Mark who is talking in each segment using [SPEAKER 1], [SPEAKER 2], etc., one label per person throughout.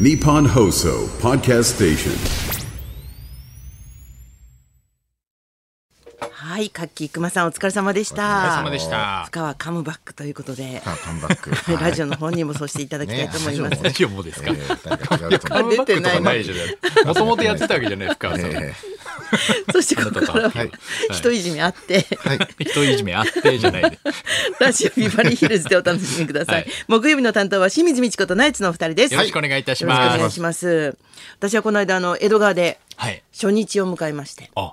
[SPEAKER 1] Nippon Hoso Podcast Station.
[SPEAKER 2] はい、カッキーくまさんお疲れ様でした。
[SPEAKER 3] お疲れ様でした。
[SPEAKER 2] 塚はカムバックということで、
[SPEAKER 4] さあ、カムバック。はい
[SPEAKER 2] ラジオの方にもそうしていただきたいと思います。
[SPEAKER 3] ラジオもですか。
[SPEAKER 4] なんか違うと思
[SPEAKER 2] 出
[SPEAKER 4] う
[SPEAKER 2] てないの
[SPEAKER 3] ないじゃない。もともとやってたわけじゃないですか。
[SPEAKER 4] え
[SPEAKER 2] そしてここからは
[SPEAKER 4] はい
[SPEAKER 2] 人いじめあって、
[SPEAKER 4] ーはい。
[SPEAKER 3] 人いじめあってじゃないで。
[SPEAKER 2] ラジオビバリーヒルズでお楽しみください。
[SPEAKER 3] はい
[SPEAKER 2] 木曜日の担当は清水美智子とナイツのお二人です。
[SPEAKER 3] よろしくお願いいたし
[SPEAKER 2] よろく
[SPEAKER 3] ま
[SPEAKER 2] お願い
[SPEAKER 3] す。
[SPEAKER 2] します。私はこの間あの江戸川で
[SPEAKER 3] はい。
[SPEAKER 2] 初日を迎えまして、
[SPEAKER 3] あ、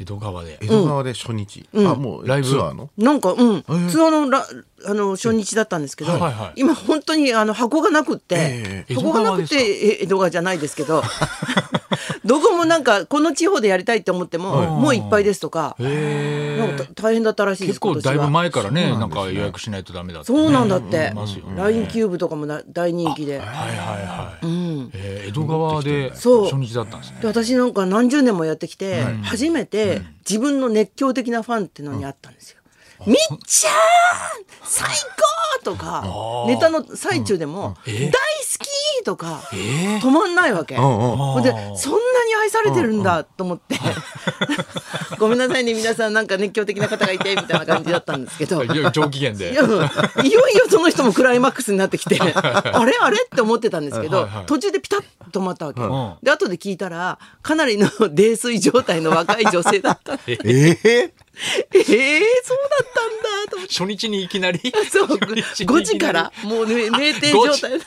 [SPEAKER 3] 江戸川で
[SPEAKER 4] 江。戸川で初日。あ、もう
[SPEAKER 3] ライ
[SPEAKER 4] ライ
[SPEAKER 3] ブ
[SPEAKER 4] ブツアーの
[SPEAKER 2] なんかうん、ツアーのラあの初日だったんですけど、
[SPEAKER 3] はいはいはい
[SPEAKER 2] 今本当にあの箱がなくって
[SPEAKER 4] え、
[SPEAKER 3] え
[SPEAKER 2] 箱がなくて
[SPEAKER 3] 江戸川
[SPEAKER 2] え江戸川じゃないですけど どこもなんかこの地方でやりたいって思っても、もういっぱいですとか
[SPEAKER 3] へ
[SPEAKER 2] なんかた大変だったらしいで
[SPEAKER 3] 結
[SPEAKER 2] す
[SPEAKER 3] 構だい
[SPEAKER 2] 今年
[SPEAKER 3] ぶ
[SPEAKER 2] は
[SPEAKER 3] 前からね、なんか予約しないとダメだってね。
[SPEAKER 2] そうなんだって
[SPEAKER 3] いますよね
[SPEAKER 2] LINE キューブとかもな大人気で
[SPEAKER 3] はいはいはい。えー江戸川で初
[SPEAKER 2] そう
[SPEAKER 3] 日だったんですね。
[SPEAKER 2] で私なんか何十年もやってきて、初めて自分の熱狂的なファンってのに会ったんですよ。みっちゃん最高とかネタの最中でも「大好き!」とか
[SPEAKER 3] え
[SPEAKER 2] 止まんないわけ。
[SPEAKER 4] うんうん。
[SPEAKER 2] ほんでそんなに愛されてるんだと思って ごめんなさいね皆さんなんか熱狂的な方がいてみたいな感じだったんですけど。
[SPEAKER 3] いや上機嫌で
[SPEAKER 2] い。やうんいよいよその人もクライマックスになってきてあれあれって思ってたんですけど、
[SPEAKER 3] はいはい
[SPEAKER 2] 途中でピタッと止まったわけ、
[SPEAKER 3] ん
[SPEAKER 2] で後で聞いたらかなりの泥酔状態の若い女性だったえ
[SPEAKER 4] ええ
[SPEAKER 2] えー、そうだったんだと思って。
[SPEAKER 3] 初日にいきなり。
[SPEAKER 2] そう
[SPEAKER 3] 初日にいきな
[SPEAKER 2] 5
[SPEAKER 3] り
[SPEAKER 2] 時から。もうね酩酊状態だ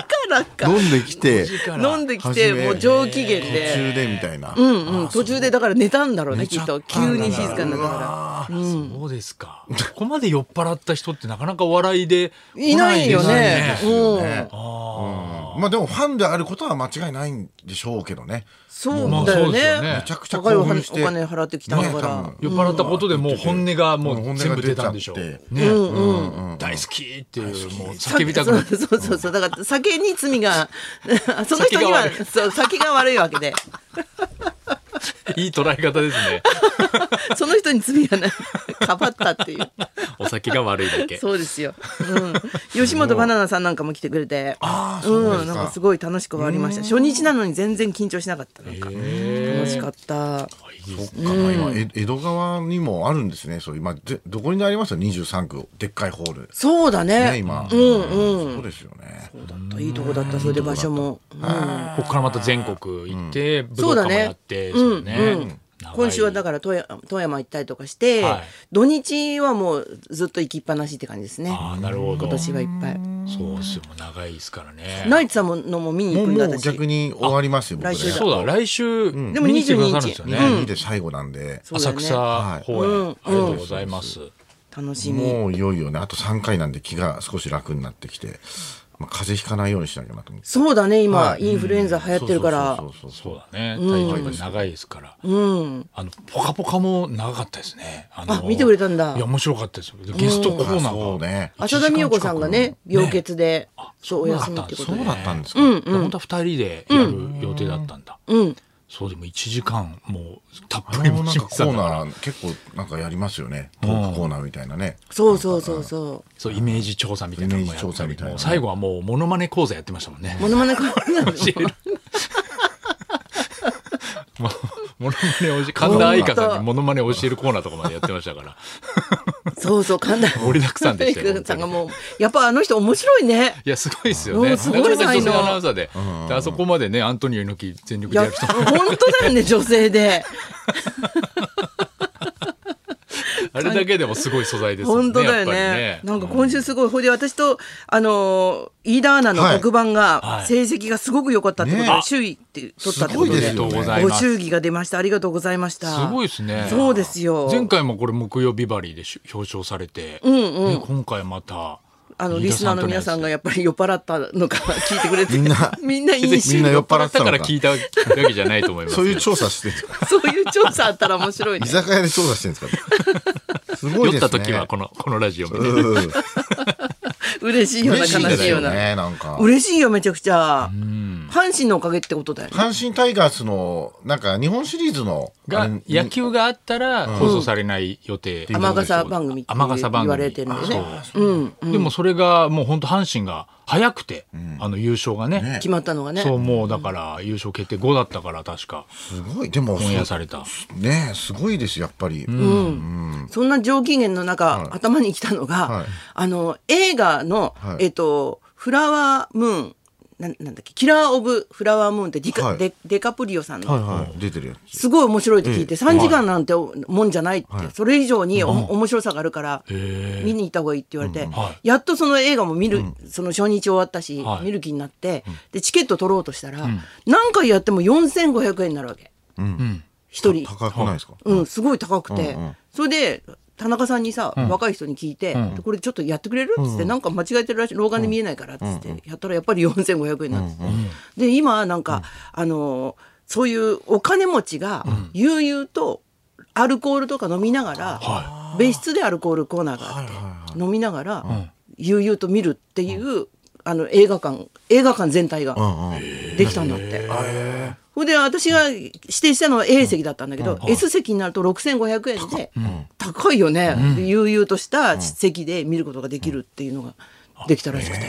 [SPEAKER 2] からか
[SPEAKER 4] 飲んできて、
[SPEAKER 2] 飲んできて
[SPEAKER 4] 初め
[SPEAKER 2] もう上機嫌
[SPEAKER 4] 途
[SPEAKER 2] で
[SPEAKER 4] 中でみたいな。
[SPEAKER 2] うんうん途中でだから寝たんだろうねきっと急に静かになったから。
[SPEAKER 3] あそうですか。ここまで酔っ払った人ってなかなかお笑いで
[SPEAKER 2] い
[SPEAKER 3] 来
[SPEAKER 2] な
[SPEAKER 3] ないいで
[SPEAKER 2] よ
[SPEAKER 3] す
[SPEAKER 2] ね。
[SPEAKER 3] ね。
[SPEAKER 2] うん、
[SPEAKER 4] まあでもファンであることは間違いないんでしょうけどね。
[SPEAKER 2] そうだよね。
[SPEAKER 3] まあそうですよね
[SPEAKER 4] めちゃくちゃ
[SPEAKER 2] 高いお
[SPEAKER 4] 興
[SPEAKER 2] 金
[SPEAKER 4] 奮
[SPEAKER 2] お
[SPEAKER 4] して。
[SPEAKER 2] 金払ってきたんだから。
[SPEAKER 4] ね
[SPEAKER 3] 酔っ払ったことでもう本音がもう全部出たんでしょう。
[SPEAKER 4] うん
[SPEAKER 3] ね
[SPEAKER 4] 本音が出ちゃっ、
[SPEAKER 3] 大好きっていうもう叫びたくなる。
[SPEAKER 2] そうそうそうそうだから酒に罪 がその人には
[SPEAKER 3] 酒が悪
[SPEAKER 2] そう酒が悪いわけで
[SPEAKER 3] いい捉え方ですね。
[SPEAKER 2] その人に罪がないかばったっていう
[SPEAKER 3] お酒が悪いだけ。
[SPEAKER 2] そうですよ、うん、吉本バナナさんなんかも来てくれて
[SPEAKER 4] ああ、そう
[SPEAKER 2] う
[SPEAKER 4] で
[SPEAKER 2] ん
[SPEAKER 4] す
[SPEAKER 2] なん
[SPEAKER 4] か
[SPEAKER 2] かす。ごい楽しく終わりました初日なのに全然緊張しなかったなんか楽しかった
[SPEAKER 4] そっかな今え江戸川にもあるんですね。そう今でどこにありますよ。二十三区でっかいホール。
[SPEAKER 2] そうだ
[SPEAKER 4] ね
[SPEAKER 2] ね
[SPEAKER 4] 今。
[SPEAKER 2] うんうん
[SPEAKER 4] そうですよね。
[SPEAKER 2] いいとこだったそれで場所も、うん
[SPEAKER 3] ここからまた全国行って、武
[SPEAKER 2] そ
[SPEAKER 3] 道
[SPEAKER 2] うだ
[SPEAKER 3] 館も
[SPEAKER 2] ね
[SPEAKER 3] やって、ですよね
[SPEAKER 2] うんうん
[SPEAKER 3] 長い
[SPEAKER 2] 今週はだから富山富山行ったりとかして、
[SPEAKER 3] はい
[SPEAKER 2] 土日はもうずっと行きっぱなしって感じですね
[SPEAKER 3] ああ、なるほど。
[SPEAKER 2] 今年はいっぱい。
[SPEAKER 3] そうっすよ、もう長いですからね。
[SPEAKER 2] ナイツさんものも見に
[SPEAKER 4] も
[SPEAKER 2] 行
[SPEAKER 4] う
[SPEAKER 2] くん
[SPEAKER 4] も
[SPEAKER 2] だ
[SPEAKER 4] う
[SPEAKER 2] 私
[SPEAKER 4] 逆に終わりますよ。僕
[SPEAKER 2] 来週だ
[SPEAKER 3] そうだ、来週、
[SPEAKER 2] でも
[SPEAKER 3] 見に来てくださるんですよ
[SPEAKER 2] う
[SPEAKER 3] ね。
[SPEAKER 4] 22で最後なんで、
[SPEAKER 2] そうだよ
[SPEAKER 3] 浅
[SPEAKER 2] ね
[SPEAKER 3] 草公
[SPEAKER 2] う
[SPEAKER 3] 演、
[SPEAKER 2] ん
[SPEAKER 3] ありがとうございます。
[SPEAKER 2] 楽しみ
[SPEAKER 4] もういよいよねあと3回なんで気が少し楽になってきて、まあ、風邪ひかないようにしなきゃなと思って
[SPEAKER 2] そうだね今、
[SPEAKER 4] はい
[SPEAKER 2] インフルエンザ流行ってるから
[SPEAKER 4] そうそうそうそう
[SPEAKER 3] そうだね、体調が長いですから。あの、ポカポカも長かったですね。あの
[SPEAKER 2] あ見てくれたんだ
[SPEAKER 3] いや、面白かったですよ。でゲストコーナ
[SPEAKER 4] あそう
[SPEAKER 3] ーが。
[SPEAKER 4] ね
[SPEAKER 2] 浅田美代子さんがね病欠で、そうお休みってこと
[SPEAKER 3] そう
[SPEAKER 2] で
[SPEAKER 4] そうだったんですか、
[SPEAKER 3] うん本当は二人でやる予定だったんだ。
[SPEAKER 2] うん
[SPEAKER 3] そうでも1時間もうたっ
[SPEAKER 4] あ
[SPEAKER 3] ぷり
[SPEAKER 4] れ
[SPEAKER 3] も
[SPEAKER 4] もなん
[SPEAKER 3] 清
[SPEAKER 4] かコ
[SPEAKER 3] 水さん
[SPEAKER 4] ー
[SPEAKER 3] が
[SPEAKER 4] ナー結構なんかやりますよねトークコーナーみたいなね
[SPEAKER 2] そうそうそうそ
[SPEAKER 3] そうイメージ調査みたいなのもや
[SPEAKER 4] イメージ調
[SPEAKER 3] った
[SPEAKER 4] 査
[SPEAKER 3] り
[SPEAKER 4] みたいな
[SPEAKER 3] もう最後はもうモノマネ講座やってましたもんね
[SPEAKER 2] う。モノマネコーナー
[SPEAKER 3] 教えるもうモノマネを教え神田愛花さんにモノマネを教えるコーナーとかまでやってましたから
[SPEAKER 2] そうそう神田
[SPEAKER 3] 盛りだくさんでしたよ
[SPEAKER 2] 神田さんがもうやっぱあの人面白いね
[SPEAKER 3] いやすごいですよね
[SPEAKER 2] うんすごい才能
[SPEAKER 3] なかなか女性アナウンサーで,、であそこまでねアントニオ猪木全力
[SPEAKER 2] い
[SPEAKER 3] でや
[SPEAKER 2] や
[SPEAKER 3] る人
[SPEAKER 2] 本当だよね女性で
[SPEAKER 3] あれだけでもすごい素材ですも
[SPEAKER 2] 本
[SPEAKER 3] んね
[SPEAKER 2] 当だよね
[SPEAKER 3] やっぱり
[SPEAKER 2] な
[SPEAKER 3] ね
[SPEAKER 2] んか今週すごいほいで私とあのー飯田アナの特番
[SPEAKER 3] はいは
[SPEAKER 2] が
[SPEAKER 3] い
[SPEAKER 2] 成績がすごく良かったってことで、
[SPEAKER 4] ね
[SPEAKER 2] 周囲って取ったってこと
[SPEAKER 4] すごい
[SPEAKER 3] おめ
[SPEAKER 4] で
[SPEAKER 3] です
[SPEAKER 2] で
[SPEAKER 3] と
[SPEAKER 4] よ
[SPEAKER 3] う
[SPEAKER 4] ね
[SPEAKER 3] ござい
[SPEAKER 2] ご
[SPEAKER 3] ます
[SPEAKER 2] 祝儀が出ましたありがとうございました
[SPEAKER 3] すごいですね。
[SPEAKER 2] そうですよ
[SPEAKER 3] 前回もこれ木曜ビバリーでし表彰されて、ね今回また。
[SPEAKER 2] あのリスナーの皆さんが
[SPEAKER 3] や
[SPEAKER 2] やっぱり酔っ払ったのか聞いてく れて
[SPEAKER 4] みんな
[SPEAKER 2] みんないいし
[SPEAKER 4] みんな酔っ
[SPEAKER 3] っ払
[SPEAKER 4] 払
[SPEAKER 3] っ
[SPEAKER 4] ったてた
[SPEAKER 3] か
[SPEAKER 4] の
[SPEAKER 3] ら
[SPEAKER 4] か
[SPEAKER 3] 聞いたわけじゃないと思い ますけ
[SPEAKER 4] そ
[SPEAKER 3] ど。
[SPEAKER 4] ういう調査してるんです か
[SPEAKER 2] そういう調査あったら面白いね
[SPEAKER 4] 居酒屋で調査してるんですかすご
[SPEAKER 3] 酔
[SPEAKER 4] いで
[SPEAKER 3] っ
[SPEAKER 4] すね
[SPEAKER 3] た時はこのこのラジオ見てね
[SPEAKER 4] うん
[SPEAKER 2] 嬉しいような
[SPEAKER 4] 嬉し
[SPEAKER 2] 悲
[SPEAKER 4] いで
[SPEAKER 2] し
[SPEAKER 4] す
[SPEAKER 2] いよう
[SPEAKER 4] よ
[SPEAKER 2] な
[SPEAKER 4] ねなんか
[SPEAKER 2] 嬉しいよめちゃくちゃ阪神のおかげってことだよね。
[SPEAKER 4] 阪神タイガースのなんか日本シリーズのあ
[SPEAKER 3] が
[SPEAKER 4] れ
[SPEAKER 3] 野球があったら放送されない予定
[SPEAKER 4] ん
[SPEAKER 2] 雨傘番組って
[SPEAKER 3] 天笠番組
[SPEAKER 2] 言われてるんでね。
[SPEAKER 3] そうでもそれがもう本当阪神が早くて、あの優勝がね
[SPEAKER 2] 決まったのがね。
[SPEAKER 3] そうもうだから優勝決定5だったから確か
[SPEAKER 4] すごいでも
[SPEAKER 3] オンエアされた
[SPEAKER 4] ねえすごいですやっぱり、
[SPEAKER 2] そんな上機嫌の中、頭に来たのが、
[SPEAKER 4] はい
[SPEAKER 2] あの、映画の、
[SPEAKER 4] はい
[SPEAKER 2] えっと、フラワームーン、なんなんだっけ、キラー・オブ・フラワームーンってディカ、
[SPEAKER 4] はい
[SPEAKER 2] デデカプリオさんの、
[SPEAKER 4] はいはい出てるやつ
[SPEAKER 2] すごい面白いって聞いて、
[SPEAKER 4] ええ
[SPEAKER 2] 3時間なんてもんじゃないって、それ以上にお面白さがあるから、
[SPEAKER 3] へ
[SPEAKER 2] 見に行った方がいいって言われて、
[SPEAKER 3] は
[SPEAKER 2] やっとその映画も見る、その初日終わったし、
[SPEAKER 3] はい
[SPEAKER 2] 見る気になって、で、チケット取ろうとしたら、何回やっても4500円になるわけ。一人。
[SPEAKER 4] 高くないですか、
[SPEAKER 2] うん、すごい高くて、
[SPEAKER 4] うんうん
[SPEAKER 2] それで田中さんにさ、若い人に聞いて、これちょっとやってくれるっつって、なんか間違えてるらしい老眼で見えないからっつって、やったらやっぱり4500円になってて、で今なんか、あのーそういうお金持ちが悠々とアルコールとか飲みながら、別室でアルコールコーナーがあって、飲みながら、悠々と見るっていう、あの映画館映画館全体が。
[SPEAKER 4] うんうん
[SPEAKER 2] できたんだって。それで私が指定したのは A 席だったんだけど、S 席になると6500円で高いよね、悠々とした席で見ることができるっていうのができたらしくて、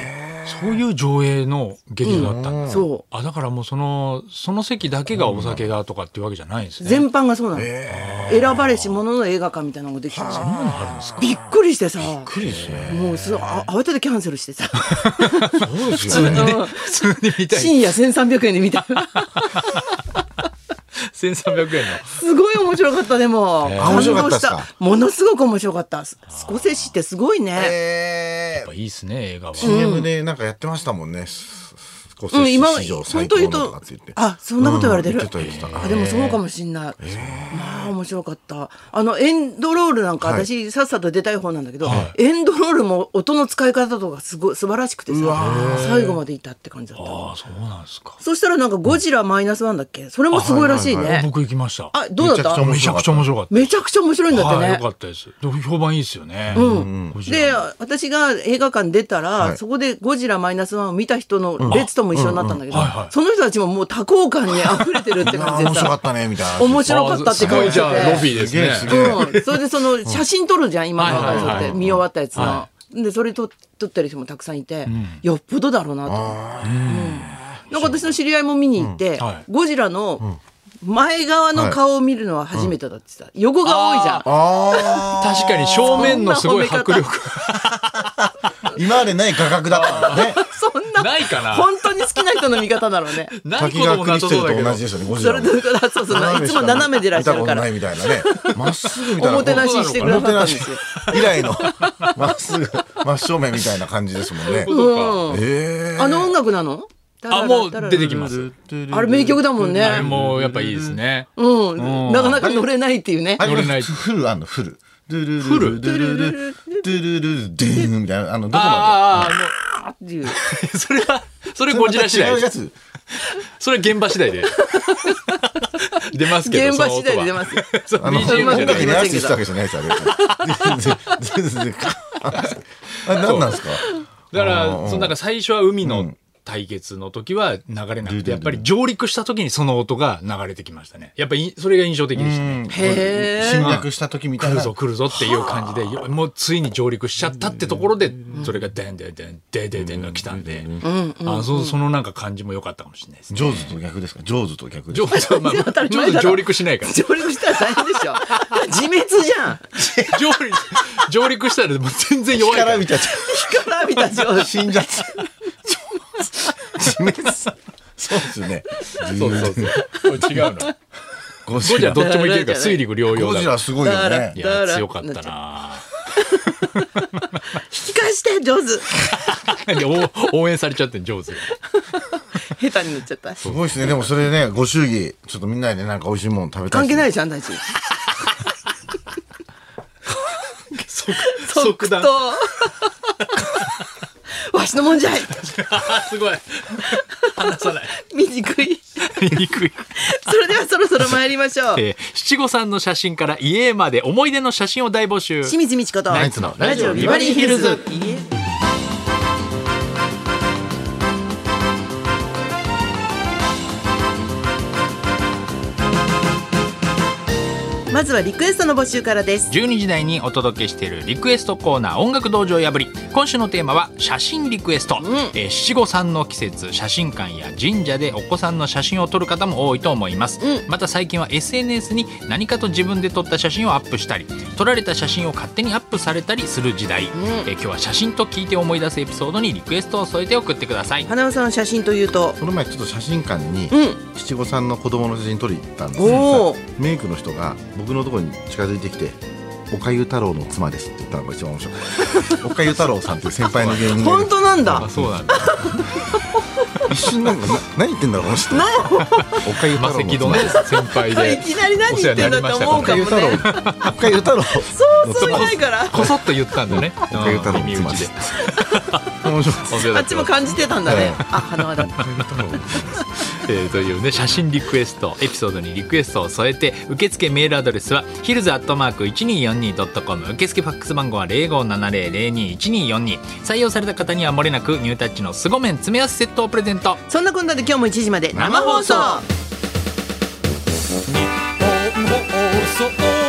[SPEAKER 3] そういう上映の劇場だったんです、
[SPEAKER 2] そう
[SPEAKER 3] あだからもうそのその席だけがお酒がとかっていうわけじゃないんですね
[SPEAKER 2] 全般がそうなの、選ばれし者の映画館みたいなのができたしびっくりしてさもうすごいあ慌ててキャンセルして さ
[SPEAKER 4] そうですよね
[SPEAKER 3] 普通に見たい
[SPEAKER 2] 深夜1300円で見 た
[SPEAKER 3] 1300円
[SPEAKER 2] すごい面白かったでも、
[SPEAKER 4] あ面白かったっすか
[SPEAKER 2] ものすごく面白かったススコセッシってすごいね、
[SPEAKER 4] え
[SPEAKER 3] のいいですね映画は、
[SPEAKER 4] ー、CM でなんかやってましたもんねススコセ
[SPEAKER 2] う
[SPEAKER 4] ッ
[SPEAKER 2] ん、
[SPEAKER 4] シ
[SPEAKER 2] 今
[SPEAKER 4] 史上
[SPEAKER 2] 本
[SPEAKER 4] 最
[SPEAKER 2] 当
[SPEAKER 4] 高
[SPEAKER 2] 言う
[SPEAKER 4] の
[SPEAKER 2] と
[SPEAKER 4] とかって言って
[SPEAKER 2] あそんなこと言われてる、
[SPEAKER 4] うん言ってた言ってた
[SPEAKER 2] あでもそうかもしんない、まあ面白かったあのエンドロールなんか
[SPEAKER 4] はい
[SPEAKER 2] 私、さっさと出たい方なんだけど、エンドロールも音の使い方とかすごい素晴らしくてさ最後までいたって感じだった
[SPEAKER 3] ああそうなんですか
[SPEAKER 2] そしたらなんかゴジラマイナスワンだっけそれもすごいらしいね、
[SPEAKER 4] あ
[SPEAKER 2] あ,、
[SPEAKER 4] はい
[SPEAKER 3] 僕行きました
[SPEAKER 2] どうだった
[SPEAKER 4] め
[SPEAKER 3] めちゃくちゃ面白かった
[SPEAKER 2] めちゃくちゃ面白いんだって
[SPEAKER 3] はい、
[SPEAKER 2] ね
[SPEAKER 3] よかったですで評判いいですよねうん
[SPEAKER 2] で私が映画館出たら、
[SPEAKER 4] はい
[SPEAKER 2] そこで「ゴジラマイナスワン」を見た人の列とも一緒になったんだけど、
[SPEAKER 3] うんうんはいはい
[SPEAKER 2] その人たちももう多幸感に溢れてるって
[SPEAKER 4] あ
[SPEAKER 2] 感
[SPEAKER 4] ー
[SPEAKER 2] じで
[SPEAKER 4] 面白か
[SPEAKER 2] さ
[SPEAKER 4] ったねみたいな
[SPEAKER 2] 面白かったって感じ
[SPEAKER 3] すごいじゃあロビ
[SPEAKER 2] で。
[SPEAKER 3] ーですね
[SPEAKER 4] すげえ
[SPEAKER 2] うん、それでその写真撮るじゃん今の
[SPEAKER 3] はいはい
[SPEAKER 2] そ
[SPEAKER 3] は
[SPEAKER 2] う
[SPEAKER 3] い
[SPEAKER 2] やって見終わったやつの。
[SPEAKER 3] は
[SPEAKER 2] でそれ撮撮ってる人もたくさんいて、よっぽどだろうなと思ってうんなんか私の知り合いも見に行って、
[SPEAKER 3] うんはい
[SPEAKER 2] ゴジラの前側の顔を見るのは初めてだって言ってた横が多いじゃん。
[SPEAKER 4] あ
[SPEAKER 3] 確かに正面のすごい迫力
[SPEAKER 4] あ今までない画角だったんだね
[SPEAKER 2] そんな
[SPEAKER 3] ないかな
[SPEAKER 2] 本当に好きな人の味方だろ うね。
[SPEAKER 3] ない
[SPEAKER 4] 滝
[SPEAKER 3] こ
[SPEAKER 4] が
[SPEAKER 3] とも
[SPEAKER 4] クリ
[SPEAKER 3] な
[SPEAKER 4] ス
[SPEAKER 3] さそうだけど
[SPEAKER 4] テルと同じですよねゴジ
[SPEAKER 2] そ
[SPEAKER 4] ラ
[SPEAKER 2] れ
[SPEAKER 4] は
[SPEAKER 2] とそうそういつも斜めでいらっしゃるか
[SPEAKER 4] 見たことな
[SPEAKER 2] ら
[SPEAKER 4] い。みたいなねまっすぐみたいな
[SPEAKER 2] おもてなししてくださったんですよ。
[SPEAKER 4] おもてなし以来のまっすぐ真正面みたいな感じですもんね
[SPEAKER 3] そういうことか
[SPEAKER 4] ええ
[SPEAKER 2] あの音楽なの？
[SPEAKER 3] あもう出てきます
[SPEAKER 2] あれ名曲だもんね
[SPEAKER 3] あれもうやっぱいいですね
[SPEAKER 2] うん、なかなか乗れないっていうね。
[SPEAKER 4] あ
[SPEAKER 3] 乗れな
[SPEAKER 4] れ
[SPEAKER 3] い
[SPEAKER 4] フルあんのフルフル
[SPEAKER 3] フル
[SPEAKER 4] ドゥルルルドゥルルルドゥーンみたいなあのどこま
[SPEAKER 3] ああああも
[SPEAKER 2] あっていう。
[SPEAKER 3] うそれはそれ
[SPEAKER 4] で
[SPEAKER 3] ゴジラ次第
[SPEAKER 4] 違う
[SPEAKER 3] で
[SPEAKER 4] や
[SPEAKER 3] す
[SPEAKER 4] つ
[SPEAKER 3] それは現場次第で出ますけど
[SPEAKER 2] 現場次第で出ますすよ。
[SPEAKER 4] あの
[SPEAKER 3] BGM
[SPEAKER 4] 音
[SPEAKER 3] じゃ
[SPEAKER 4] 楽
[SPEAKER 3] ない
[SPEAKER 4] に合わせてしたわけじゃないですよね全然全然あれ何なんですか
[SPEAKER 3] だか
[SPEAKER 4] うんう
[SPEAKER 3] ら
[SPEAKER 4] ん
[SPEAKER 3] そのなんか最初は海の対決の時は流れなくてやっぱり上陸した時にその音が流れてきましたねやっぱりそれが印象的でしたね
[SPEAKER 2] へ
[SPEAKER 4] 侵
[SPEAKER 2] え。
[SPEAKER 4] 略した時みた
[SPEAKER 3] 来
[SPEAKER 4] い
[SPEAKER 3] る
[SPEAKER 4] な
[SPEAKER 3] ぞ来るぞっていう感じでよもうついに上陸しちゃったってところでそれがデンデンデンデンデンデンが来たんであそそのなんか感じも良かったかもしれないですね
[SPEAKER 4] ジョーズと逆ですかジョーズと逆です
[SPEAKER 3] 上
[SPEAKER 4] か
[SPEAKER 3] 手まあ
[SPEAKER 2] 当たり前
[SPEAKER 3] 上
[SPEAKER 2] だ
[SPEAKER 3] 手
[SPEAKER 2] ろ
[SPEAKER 3] 上陸しないから
[SPEAKER 2] 上陸したら大変でしょ。自滅じゃん。
[SPEAKER 3] 上陸上陸したらもう全然弱いから
[SPEAKER 4] 力みたい
[SPEAKER 2] から見た上
[SPEAKER 4] な
[SPEAKER 2] 司。
[SPEAKER 4] 死んじゃった死滅そうですよね
[SPEAKER 3] そうそうそうこれ違うの
[SPEAKER 4] ゴ
[SPEAKER 3] ゴ
[SPEAKER 4] ジ
[SPEAKER 3] ジ
[SPEAKER 4] ラ
[SPEAKER 3] ラどっちもいけるから水陸両用
[SPEAKER 4] ゴ
[SPEAKER 3] だ
[SPEAKER 4] ジ
[SPEAKER 3] から
[SPEAKER 4] ラすごいよね
[SPEAKER 3] い
[SPEAKER 2] だか
[SPEAKER 3] や
[SPEAKER 2] ら
[SPEAKER 3] 強かったな
[SPEAKER 2] 引き返して上手。
[SPEAKER 3] で応 応援されちゃって上手
[SPEAKER 2] 下手になっちゃった。
[SPEAKER 4] すごいですねでもそれねご祝儀ちょっとみんなでねなんか美味しいもの食べたい
[SPEAKER 2] 関係ないいじゃん大地。
[SPEAKER 3] 即
[SPEAKER 2] 即答。わしのもんじゃい。
[SPEAKER 3] すごい話さない
[SPEAKER 2] 醜い。
[SPEAKER 3] 醜い
[SPEAKER 2] それではそろそろ参りましょう。
[SPEAKER 3] えー七五三の写真から遺影まで思い出の写真を大募集
[SPEAKER 2] 清水美智子と
[SPEAKER 3] ナイツのラジオビバリーヒルズ
[SPEAKER 2] まずはリクエストの募集からです
[SPEAKER 3] 12時台にお届けしているリクエストコーナー音楽道場破り今週のテーマは写真リクエスト、えー七五三の季節写真館や神社でお子さんの写真を撮る方も多いと思います、また最近は SNS に何かと自分で撮った写真をアップしたり撮られた写真を勝手にアップされたりする時代、えー今日は写真と聞いて思い出すエピソードにリクエストを添えて送ってください
[SPEAKER 2] 花輪さんの写真というと
[SPEAKER 4] この前ちょっと写真館に
[SPEAKER 2] う
[SPEAKER 4] 七五三の子供の写真撮りに行ったんです
[SPEAKER 2] お
[SPEAKER 4] よ
[SPEAKER 2] ー
[SPEAKER 4] メイクの人が僕のところに近づいてきて「おかゆ太郎の妻です」って言ったのが一番面白 かったおかゆ太郎さんっていう先輩の芸人がい
[SPEAKER 2] 本
[SPEAKER 4] る
[SPEAKER 2] 当なんだ
[SPEAKER 3] あそうなんだ
[SPEAKER 4] 一瞬なんかな何言ってんだろうこの人おかゆ太
[SPEAKER 3] マ
[SPEAKER 4] 郎
[SPEAKER 3] セ
[SPEAKER 4] の
[SPEAKER 3] キの
[SPEAKER 4] 妻
[SPEAKER 3] ね
[SPEAKER 4] です
[SPEAKER 3] 先輩
[SPEAKER 2] い
[SPEAKER 3] で
[SPEAKER 2] きなり何言ってんだって思
[SPEAKER 4] お
[SPEAKER 2] う
[SPEAKER 4] か
[SPEAKER 2] か
[SPEAKER 4] ゆ
[SPEAKER 2] も
[SPEAKER 4] 太郎
[SPEAKER 2] ね
[SPEAKER 4] おかゆ太 郎
[SPEAKER 2] そうそういないから
[SPEAKER 3] こそっと言ったんだね
[SPEAKER 4] おかゆ太
[SPEAKER 3] うん
[SPEAKER 4] 郎の
[SPEAKER 3] 耳
[SPEAKER 4] 妻
[SPEAKER 3] 打
[SPEAKER 4] で
[SPEAKER 3] ち
[SPEAKER 4] す
[SPEAKER 3] で
[SPEAKER 4] 面白かった
[SPEAKER 3] お世話に
[SPEAKER 2] あ
[SPEAKER 3] な
[SPEAKER 2] ってち
[SPEAKER 3] ま
[SPEAKER 2] も
[SPEAKER 3] す
[SPEAKER 2] 感じてたん だねあ花輪だ
[SPEAKER 3] えーというね写真リクエストエピソードにリクエストを添えて受付メールアドレスはヒルズアットマーク 1242.com 受付ファックス番号は0570021242採用された方にはもれなくニュータッチの凄麺詰め合わせセットをプレゼント
[SPEAKER 2] そんなこんなで今日も1時まで生
[SPEAKER 3] 生
[SPEAKER 2] 放送
[SPEAKER 3] 放送
[SPEAKER 5] 放送